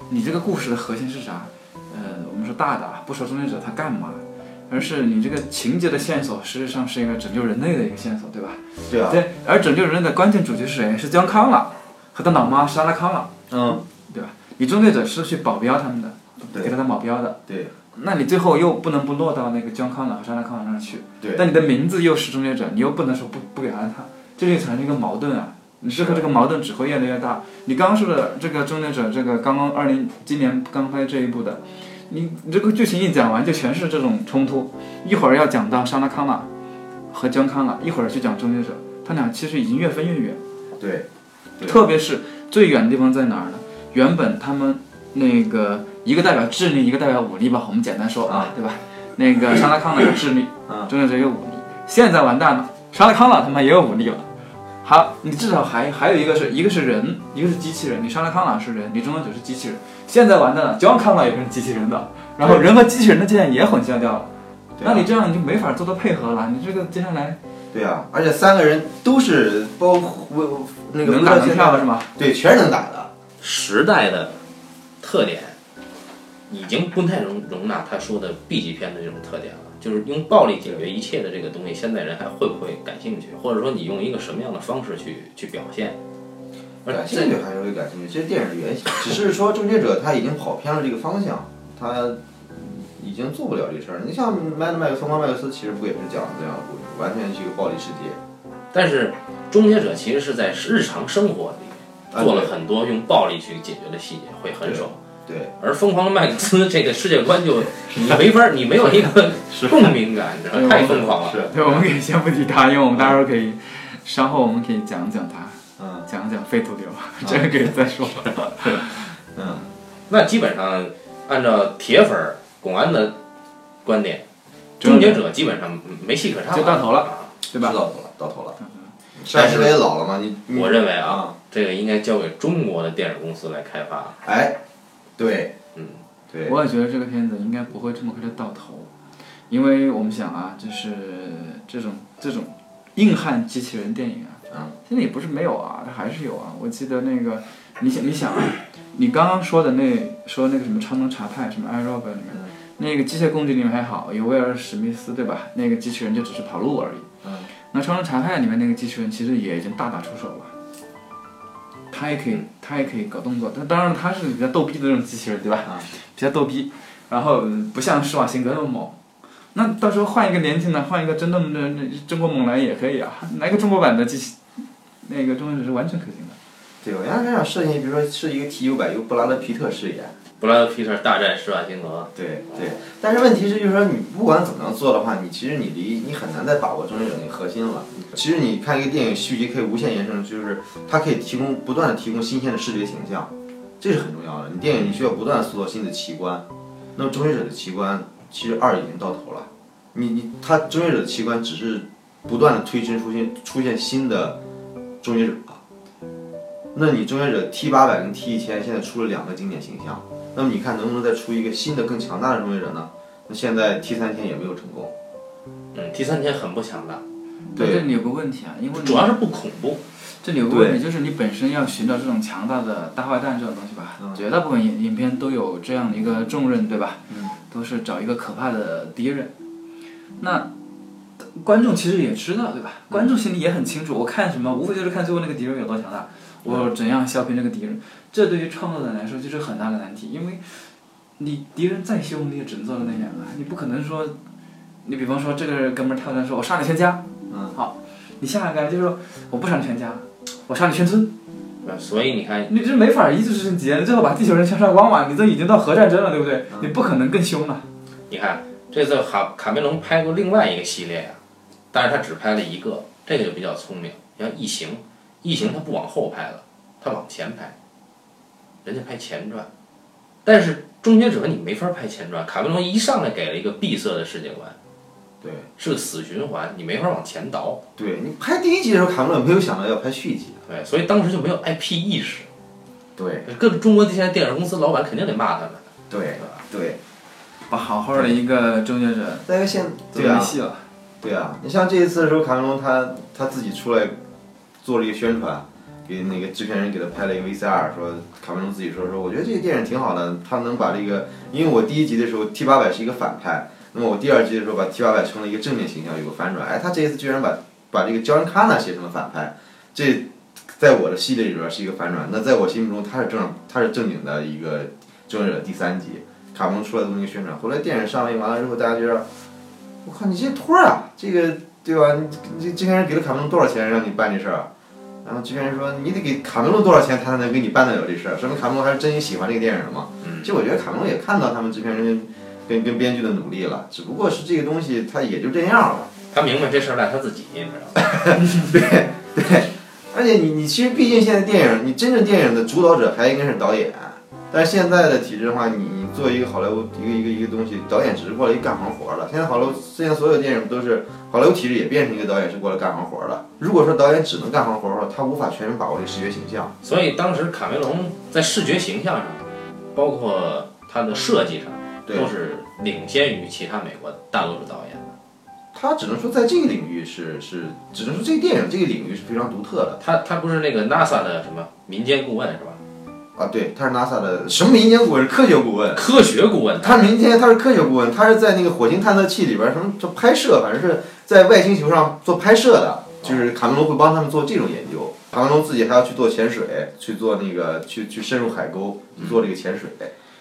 S2: 你这个故事的核心是啥？呃，我们说大的啊，不说终结者他干嘛，而是你这个情节的线索，实际上是一个拯救人类的一个线索，对吧？
S3: 对啊，
S2: 对，而拯救人类的关键主角是谁？是姜康朗和他老妈莎拉康朗，
S3: 嗯，
S2: 你终结者是去保镖他们的，
S3: 对
S2: 给他当保镖的，
S3: 对
S2: 那你最后又不能不落到那个姜康朗和莎拉康朗那儿去。
S3: 对。
S2: 但你的名字又是终结者，你又不能说不不给他他，这就产生一个矛盾啊。你之后这个矛盾只会越来越大。你刚刚说的这个终结者，这个刚刚二零今年刚拍这一部的，你你这个剧情一讲完就全是这种冲突，一会儿要讲到莎拉康纳和江康纳，一会儿去讲终结者，他俩其实已经越分越远。
S3: 对，对
S2: 特别是最远的地方在哪儿呢？原本他们那个一个代表智力，一个代表武力吧，我们简单说啊，对吧？那个沙拉康朗有智力，
S3: 嗯
S2: 中间只有武力，现在完蛋了，沙拉康朗他妈也有武力了。好，你至少还还有一个是一个是人，一个是机器人，你沙拉康朗是人，你中间只是机器人，现在完蛋了，焦康朗也变成机器人的，然后人和机器人的界限也混淆掉了，
S3: 对
S2: 那
S3: 啊
S2: 你这样你就没法做到配合了，你这个接下来
S3: 对啊，而且三个人都是包括那个
S2: 能打
S3: 到
S2: 能
S3: 现
S2: 跳
S3: 在
S2: 是吗？
S3: 对，全是能打的。
S1: 时代的特点已经不太容容纳他说的 B 级片的这种特点了。就是用暴力解决一切的这个东西，现在人还会不会感兴趣？或者说你用一个什么样的方式去去表现？而
S3: 感兴
S1: 这
S3: 趣还是会感兴趣，这是电影的原型，只是说《终结者》他已经跑偏了这个方向，他已经做不了这事儿。你像麦麦克斯、麦克斯，其实不也是讲这样的故事，完全是一个暴力世界。
S1: 但是终结者其实是在日常生活里
S3: 啊
S1: 做了很多用暴力去解决的细节，会很爽。
S3: 对，
S1: 而疯狂的麦克斯这个世界观就你没法儿，你没有一 个共鸣感，你知道吗太疯狂了。
S3: 是，
S2: 对，我们可以先不提他，因为我们待会儿可以，稍后我们可以讲讲他，
S3: 嗯
S2: 讲讲废土流， 这个可以再说。
S3: 嗯，
S1: 那基本上按照铁粉儿巩安的观点，终结者基本上没戏可唱了，
S2: 就到头了
S1: 啊。
S2: 对吧
S3: 是？到头了，到头了。上
S1: 但
S3: 一
S1: 是
S3: 代嗯也老了嘛，你
S2: 嗯
S3: 你
S1: 我认为啊，
S3: 啊，
S1: 这个应该交给中国的电影公司来开发。
S3: 哎，对，
S1: 嗯，
S3: 对，
S2: 我也觉得这个片子应该不会这么快就到头，因为我们想啊，就是这种这种硬汉机器人电影啊，
S3: 嗯
S2: 现在也不是没有啊，它还是有啊。我记得那个，你想你想啊，你刚刚说的那说那个什么超能查派什么艾若本里面
S3: 嗯，
S2: 那个机械攻击里面还好，有威尔史密斯对吧？那个机器人就只是跑路而已。
S3: 嗯，
S2: 那《超人查派》里面那个机器人其实也已经大打出手了，他也可以，他也可以搞动作，但当然他是比较逗逼的那种机器人，对吧？
S3: 啊
S2: 比较逗逼，然后嗯不像施瓦辛格那么猛。那到时候换一个年轻的，换一个真正的中国猛男也可以啊，来个中国版的机器，那个中国人是完全可行的。
S3: 对，我原来很想设计，比如说是一个 T 九百由布拉德皮特饰演。
S1: 布拉德皮特大战施瓦辛格，
S3: 对对，但是问题是，就是说你不管怎么样做的话，你其实你离你很难再把握终结者那个核心了。其实你看一个电影续集可以无限延伸，就是它可以提供不断的提供新鲜的视觉形象，这是很重要的。你电影你需要不断地塑造新的奇观，那么终结者的奇观其实二已经到头了，你你它终结者的奇观只是不断的推陈出新，出现新的终结者。那你终结者 T 八百跟 T 一千现在出了两个经典形象。那么你看能不能再出一个新的更强大的终结者呢？那现在 T 三千也没有成功。
S1: 嗯，第三天很不强大，
S3: 对
S2: 这里有个问题啊，因为
S1: 主要是不恐怖。
S2: 这里有个问题，就是你本身要寻找这种强大的大坏蛋这种东西吧，
S3: 嗯
S2: 绝大部分影影片都有这样的一个重任，对吧？
S3: 嗯
S2: 都是找一个可怕的敌人。那观众其实也知道，对吧？
S3: 嗯
S2: 观众心里也很清楚，我看什么，无非就是看最后那个敌人有多强大，
S3: 嗯
S2: 我怎样削平这个敌人。这对于创作者来说就是很大的难题，因为你敌人再凶，你也只能做到那样啊，你不可能说，你比方说这个哥们儿跳出来说，我杀你全家，
S3: 嗯，
S2: 你下一个就是说我不杀你全家，我杀你全村，
S1: 那呃所以你看，
S2: 你这没法一次性结，你最后把地球人全杀光嘛？你这已经到核战争了，对不对？你不可能更凶了。
S1: 你看这次卡卡梅隆拍过另外一个系列呀、啊但是他只拍了一个，这个就比较聪明。你像《异形》，《异形》他不往后拍了，他往前拍，人家拍前传，但是《终结者》你没法拍前传，卡梅隆一上来给了一个闭塞的世界观，
S3: 对
S1: 是个死循环，你没法往前倒。
S3: 对，你拍第一集的时候，卡梅伦没有想到要拍续集。
S1: 对，所以当时就没有 IP 意识，
S3: 对
S1: 各中国这些电影公司老板肯定得骂他们。
S3: 对对，
S2: 把好好的一个终结者
S3: 但是现
S2: 做
S3: 对
S2: 没
S3: 啊
S2: 戏了。
S3: 对啊，你像这一次的时候，卡梅隆他他自己出来做了一个宣传，给那个制片人给他拍了一个 VCR，说卡梅隆自己说说，我觉得这个电影挺好的，他能把这个，因为我第一集的时候 T 八百是一个反派，那么我第二集的时候把 T 八百成了一个正面形象，有个反转，哎，他这一次居然把把这个 John Cena 写成了反派，这在我的系列里边是一个反转，那在我心目中他是正他是正经的一个终结者第三集，卡梅隆出来这么一个宣传，后来电影上映完了之后，大家觉得。我靠，你这托儿啊，这个对吧？你这制片人给了卡梅隆多少钱让你办这事儿啊？然后制片人说，你得给卡梅隆多少钱，他才能给你办得了这事儿？说明卡梅隆还是真心喜欢这个电影的嘛。
S1: 嗯
S3: 其实我觉得卡梅隆也看到他们制片人跟跟跟编剧的努力了，只不过是这个东西他也就这样了。
S1: 他明白这事儿赖他自己，你知道吗？
S3: 而且你你其实毕竟现在电影，你真正电影的主导者还应该是导演。但是现在的体制的话，你你做一个好莱坞一个一个一个东西，导演只是过来干行活儿了。现在好莱坞现在所有电影都是好莱坞体制也变成一个导演是过来干行活儿了。如果说导演只能干行活儿的话，他无法全然把握这个视觉形象。
S1: 所以当时卡梅隆在视觉形象上，包括他的设计上，
S3: 对
S1: 都是领先于其他美国大多数导演的。
S3: 他只能说在这个领域是是，只能说这个电影这个领域是非常独特的
S1: 他他不是那个 NASA 的什么民间顾问是吧？
S3: 啊。对，他是 NASA 的什么民间顾问？科学顾问。
S1: 科学顾问，
S3: 他民间他是科学顾问，他是在那个火星探测器里边儿什么就拍摄，反正是在外星球上做拍摄的，就是卡梅隆会帮他们做这种研究。卡梅隆自己还要去做潜水，去做那个去去深入海沟，去做这个潜水。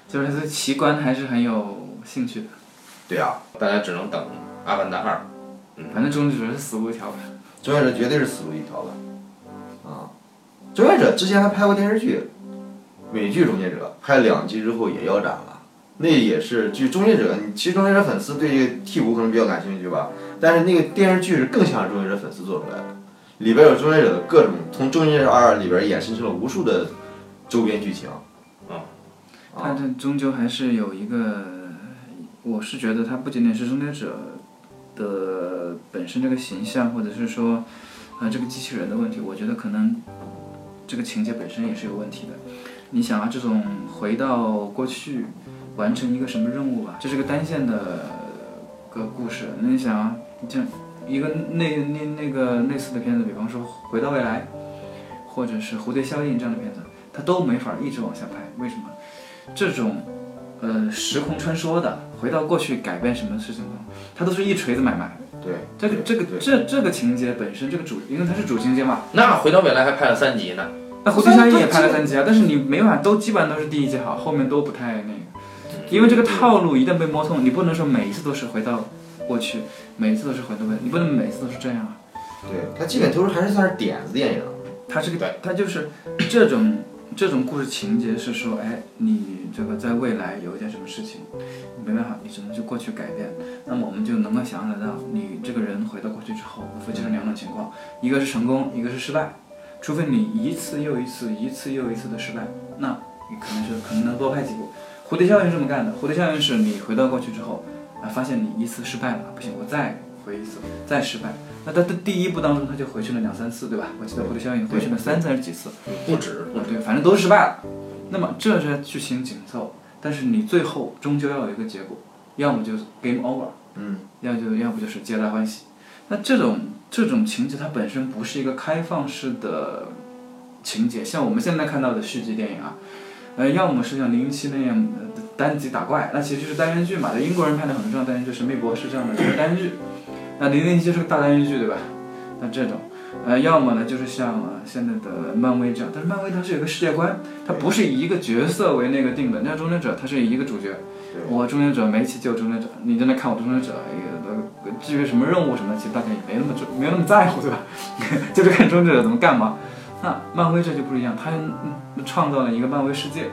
S2: 就是他对奇观还是很有兴趣的。
S3: 对啊，
S1: 大家只能等《阿凡达二》。
S2: 反正终结者是死路一条吧。
S3: 终结者绝对是死路一条的，啊，终结者之前还拍过电视剧，美剧《终结者》拍两集之后也腰斩了，那也是就终结者，你其实终结者粉丝对这个替补可能比较感兴趣吧，但是那个电视剧是更像终结者粉丝做出来的，里边有终结者的各种，从《终结者二》里边衍生出了无数的周边剧情，
S2: 但这终究还是有一个，我是觉得它不仅仅是终结者的本身这个形象，或者是说，呃，这个机器人的问题，我觉得可能这个情节本身也是有问题的。你想啊，这种回到过去完成一个什么任务吧，这是个单线的个故事。那你想啊，你像一个那那那个类似的片子，比方说《回到未来》，或者是《蝴蝶效应》这样的片子，它都没法一直往下拍，为什么？这种呃时空穿梭的，回到过去改变什么事情的，它都是一锤子买卖。
S3: 对，
S2: 这个这个
S3: 对
S2: 这这个情节本身，这个主因为它是主情节嘛，
S1: 那回到未来还拍了三集呢，
S3: 嗯
S2: 那《蝴蝶效应》也拍了三集啊，但是你没办法，都基本上都是第一集好，后面都不太那个，因为这个套路一旦被摸透，你不能说每一次都是回到过去，每一次都是回到未来，你不能每次都是这样啊。
S3: 对，它基本都是还是算是点子电影，
S2: 它这个
S1: 对
S2: 它就是这种这种故事情节是说，哎，你这个在未来有一件什么事情，没办法，你只能去过去改变。那么我们就能够想象得到，你这个人回到过去之后，无非就是两种情况，一个是成功，一个是失败。除非你一次又一次、一次又一次的失败，那你可能是可能能多拍几部。蝴蝶效应是这么干的，蝴蝶效应是你回到过去之后，啊，发现你一次失败了，不行，我再回一次，再失败。那他的第一部当中，他就回去了两三次，对吧？我记得蝴蝶效应回去了三次还是几次？
S3: 嗯
S1: 不止不止。
S2: 对，反正都失败了。那么这是剧情紧凑，但是你最后终究要有一个结果，要么就是 game over，
S3: 嗯，
S2: 要就要不就是皆大欢喜。那这种这种情节它本身不是一个开放式的情节，像我们现在看到的续集电影啊，呃，要么是像零零七那样的单集打怪，那其实就是单元剧嘛。就英国人拍的很多这样的单元剧，《神秘博士》这样的就是单元剧。那零零七就是个大单元剧，对吧？那这种，呃，要么呢就是像、呃、现在的漫威这样，但是漫威它是有一个世界观，它不是以一个角色为那个定的。那终结者它是以一个主角，
S3: 对
S2: 我终结者没去救终结者，你在那看我终结者，哎也 至于什么任务什么的，其实大家也没那么注没有那么在乎，对吧？就是看终结者怎么干嘛。那漫威这就不一样，他嗯创造了一个漫威世界。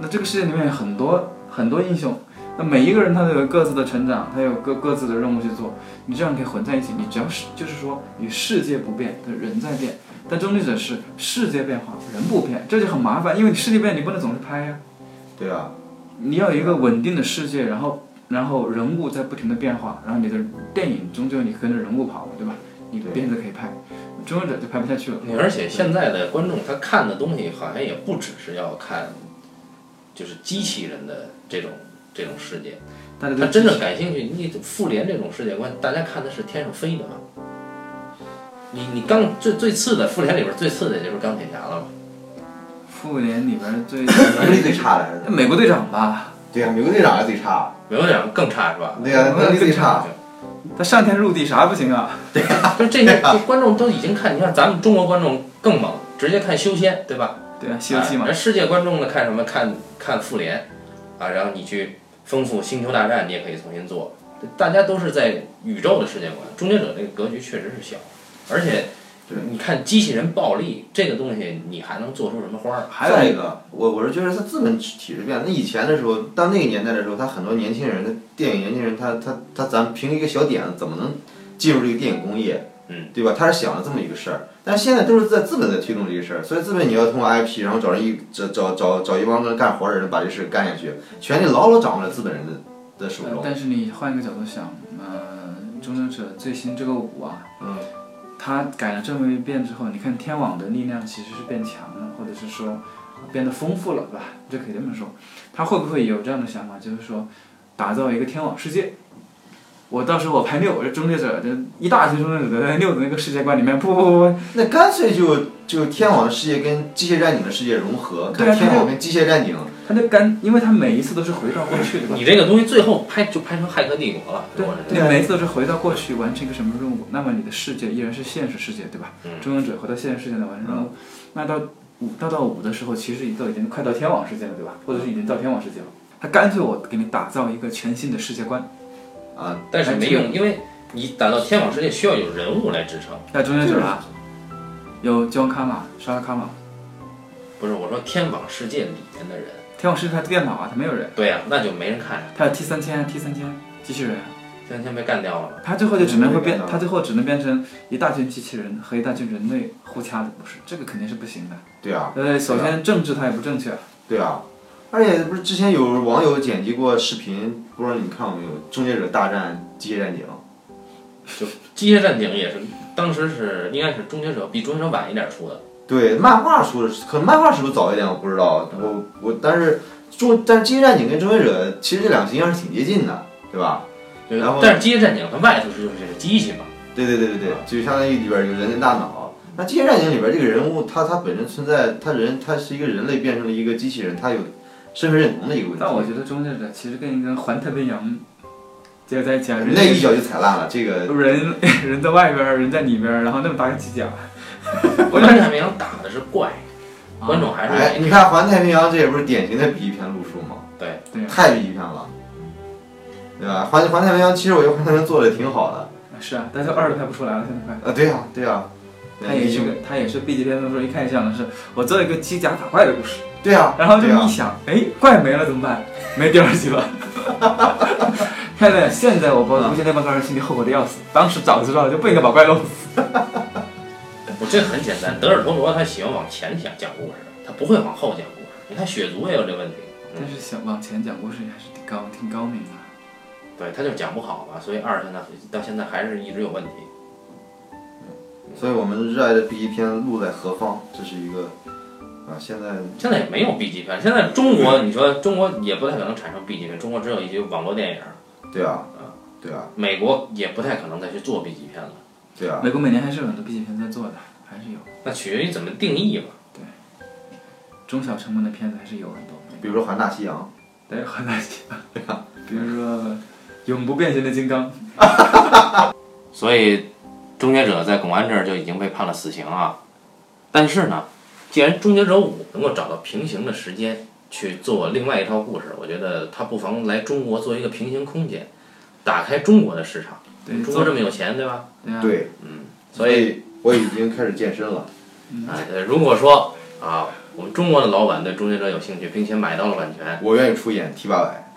S2: 那这个世界里面有很多很多英雄，那每一个人他都有各自的成长，他有各各自的任务去做。你这样可以混在一起，你只要是就是说与世界不变，但人在变。但终结者是世界变化，人不变，这就很麻烦，因为你世界变，你不能总是拍呀、
S3: 对啊，
S2: 你要有一个稳定的世界，然后然后人物在不停的变化，然后你的电影终究你跟着人物跑嘛，对吧？你
S3: 对
S2: 鞭子可以拍，终结者就拍不下去了。
S1: 你而且现在的观众他看的东西好像也不只是要看，就是机器人的这种这种世界，
S2: 大家
S1: 他
S2: 都
S1: 真正感兴趣。你复联这种世界观，大家看的是天上飞的嘛？你你钢最最次的复联里边最次的就是钢铁侠了嘛？
S2: 复联里边 最
S3: 能力最差的还是什么？
S2: 美国队长吧，
S3: 对呀、美国队长是最差，
S1: 美国队长更差是 吧？
S3: 对呀、能力最差。
S2: 他上天入地啥不行啊？
S1: 就这些就观众都已经看，你看咱们中国观众更猛，直接看修仙，对吧？
S2: 对啊，《西游记》嘛
S1: 哎。那世界观众呢，看什么？看看复联，啊，然后你去丰富星球大战，你也可以重新做。大家都是在宇宙的世界观，终结者这个格局确实是小，而且
S3: 对
S1: 你看机器人暴力这个东西，你还能做出什么花儿？
S3: 还有一个，我我是觉得他资本体制变了。那以前的时候，到那个年代的时候，他很多年轻人，他电影年轻人，他他他，咱们凭一个小点子，怎么能进入这个电影工业？
S1: 嗯，
S3: 对吧？他是想了这么一个事儿，但是现在都是在资本在推动这个事儿，所以资本你要通过 IP，然后找人一找找找找一帮能干活的人把这事儿干下去，权力牢牢掌握在资本人的的手
S2: 呃
S3: 中。
S2: 但是你换一个角度想，呃，《终结者》最新这个五啊，
S3: 嗯，
S2: 它改了这么一遍之后，你看天网的力量其实是变强了，或者是说呃变得丰富了吧，就可以这么说。他会不会有这样的想法，就是说打造一个天网世界？我到时候我拍六，我这终结者这一大群终结者在六的那个世界观里面，不不不不，
S3: 那干脆就就天网的世界跟机械战警的世界融合，
S2: 对啊
S3: 看天网跟机械战警
S2: 他就干，因为他每一次都是回到过去，对吧？
S1: 你这个东西最后拍就拍成《骇客帝国》了，
S2: 对
S1: 我，
S2: 你每一次都是回到过去完成一个什么任务，那么你的世界依然是现实世界，对吧？
S1: 嗯
S2: 终结者回到现实世界来完成任务，那到五到到五的时候，其实已经都已经快到天网世界了，对吧？或者是已经到天网世界了。他干脆我给你打造一个全新的世界观，
S3: 啊，
S1: 但是没用，因为你打到天网世界需要有人物来支撑。
S2: 那终结者啊，有吉旺卡玛、沙拉卡玛，
S1: 不是我说天网世界里面的人，
S2: 天网世界它电脑啊，它没有人，
S1: 对呀、那就没人看呀，
S2: 它有 T 三千、T 啊三千机器人啊，
S1: 天天被干掉了嘛。
S2: 它最后就只能会变
S3: 嗯没有，
S2: 它最后只能变成一大群机器人和一大群人类互掐的故事，这个肯定是不行的。
S3: 对啊，
S2: 呃，首先政治它也不正确，
S3: 对啊，而且不是之前有网友剪辑过视频，不知道你看过没有？《终结者大战机械战警》
S1: 机械战警也是，当时是应该是终结者比终结者晚一点出的，
S3: 对漫画出的，可能漫画是不是早一点，我不知道。我我但是中，但是机械战警跟终结者其实这两个形象是挺接近的，对吧？
S1: 对
S3: 然后
S1: 但是机械战警它外头是就是机器嘛，
S3: 对对对对
S2: 啊
S3: 对，就相当于里边有人类大脑。那机械战警里边这个人物，他他本身存在，他人他是一个人类变成了一个机器人，他有身份认同的一个问题。
S2: 但我觉得终结者其实跟一个环太平洋结合在一起啊，人
S3: 那一脚就踩烂了，这个
S2: 人 人在外边儿，人在里边儿，然后那么大个机甲，我就
S1: 环太平洋打的是怪，观众还是、
S3: 哎，你看《环太平洋》这也不是典型的比喻篇路数吗？
S1: 对
S2: 对啊
S3: 太比喻篇了，对吧？环环太平洋，其实我觉得环太平洋做的挺好的。
S2: 是啊，但是二都拍不出来了，现在快。
S3: 啊，对呀、对呀、对
S2: 他也是
S3: 你
S2: 个，他也是 B 级片的时候一看想的是，我做一个机甲打怪的故事，
S3: 对呀、
S2: 然后这
S3: 对啊呀
S2: 么一想，哎，怪没了怎么办？没第二季了。 现在现在我不
S3: 啊
S2: 估计那帮高人心里后悔的要死，当时早知道就不应该把怪弄死。
S1: 我这很简单。德尔托罗他喜欢往前讲讲故事，他不会往后讲故事。你看血族也有这问题，
S2: 但是想往前讲故事还是挺高挺高明的。
S1: 对，他就讲不好嘛，所以二现在到现在还是一直有问题。
S3: 所以我们热爱的第一篇《路在何方》，这是一个啊，现在
S1: 现在也没有 B 级片，现在中国你说中国也不太可能产生 B 级片，中国只有一些网络电影，
S3: 对啊，对啊，
S1: 美国也不太可能再去做 B 级片了。
S3: 对啊，
S2: 美国每年还是有很多 B 级片在做的，还是有
S1: 那取决于怎么定义嘛。
S2: 中小成本的片子还是有很多。
S3: 比如说《环大西洋
S2: 对，很难讲。比如说永不变形的金刚，
S1: 所以，终结者在巩安这儿就已经被判了死刑啊。但是呢，既然终结者五能够找到平行的时间去做另外一套故事，我觉得他不妨来中国做一个平行空间，打开中国的市场。
S2: 对，
S1: 中国
S2: 做嗯
S1: 这么有钱，对吧？
S2: 对啊，》，
S3: 对，
S1: 所以
S3: 以我已经开始健身了。
S1: 哎，呃如果说啊，我们中国的老板对终结者有兴趣，并且买到了版权，
S3: 我愿意出演 T 八百，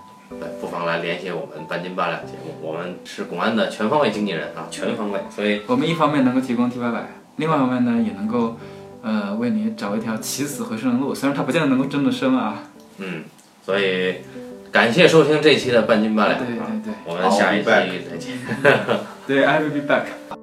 S1: 哎不妨来联系我们半斤八两节目，我们是拱安的全方位经纪人啊，全方位，所以
S2: 我们一方面能够提供 T 八百，另外一方面呢也能够，呃，为你找一条起死回生的路。虽然它不见得能够真的生啊，
S1: 嗯，所以感谢收听这期的半斤八两
S2: 对对
S1: 啊，
S2: 对
S1: 我们下一期
S3: I'll be
S1: 再见。
S2: 对，I will be back。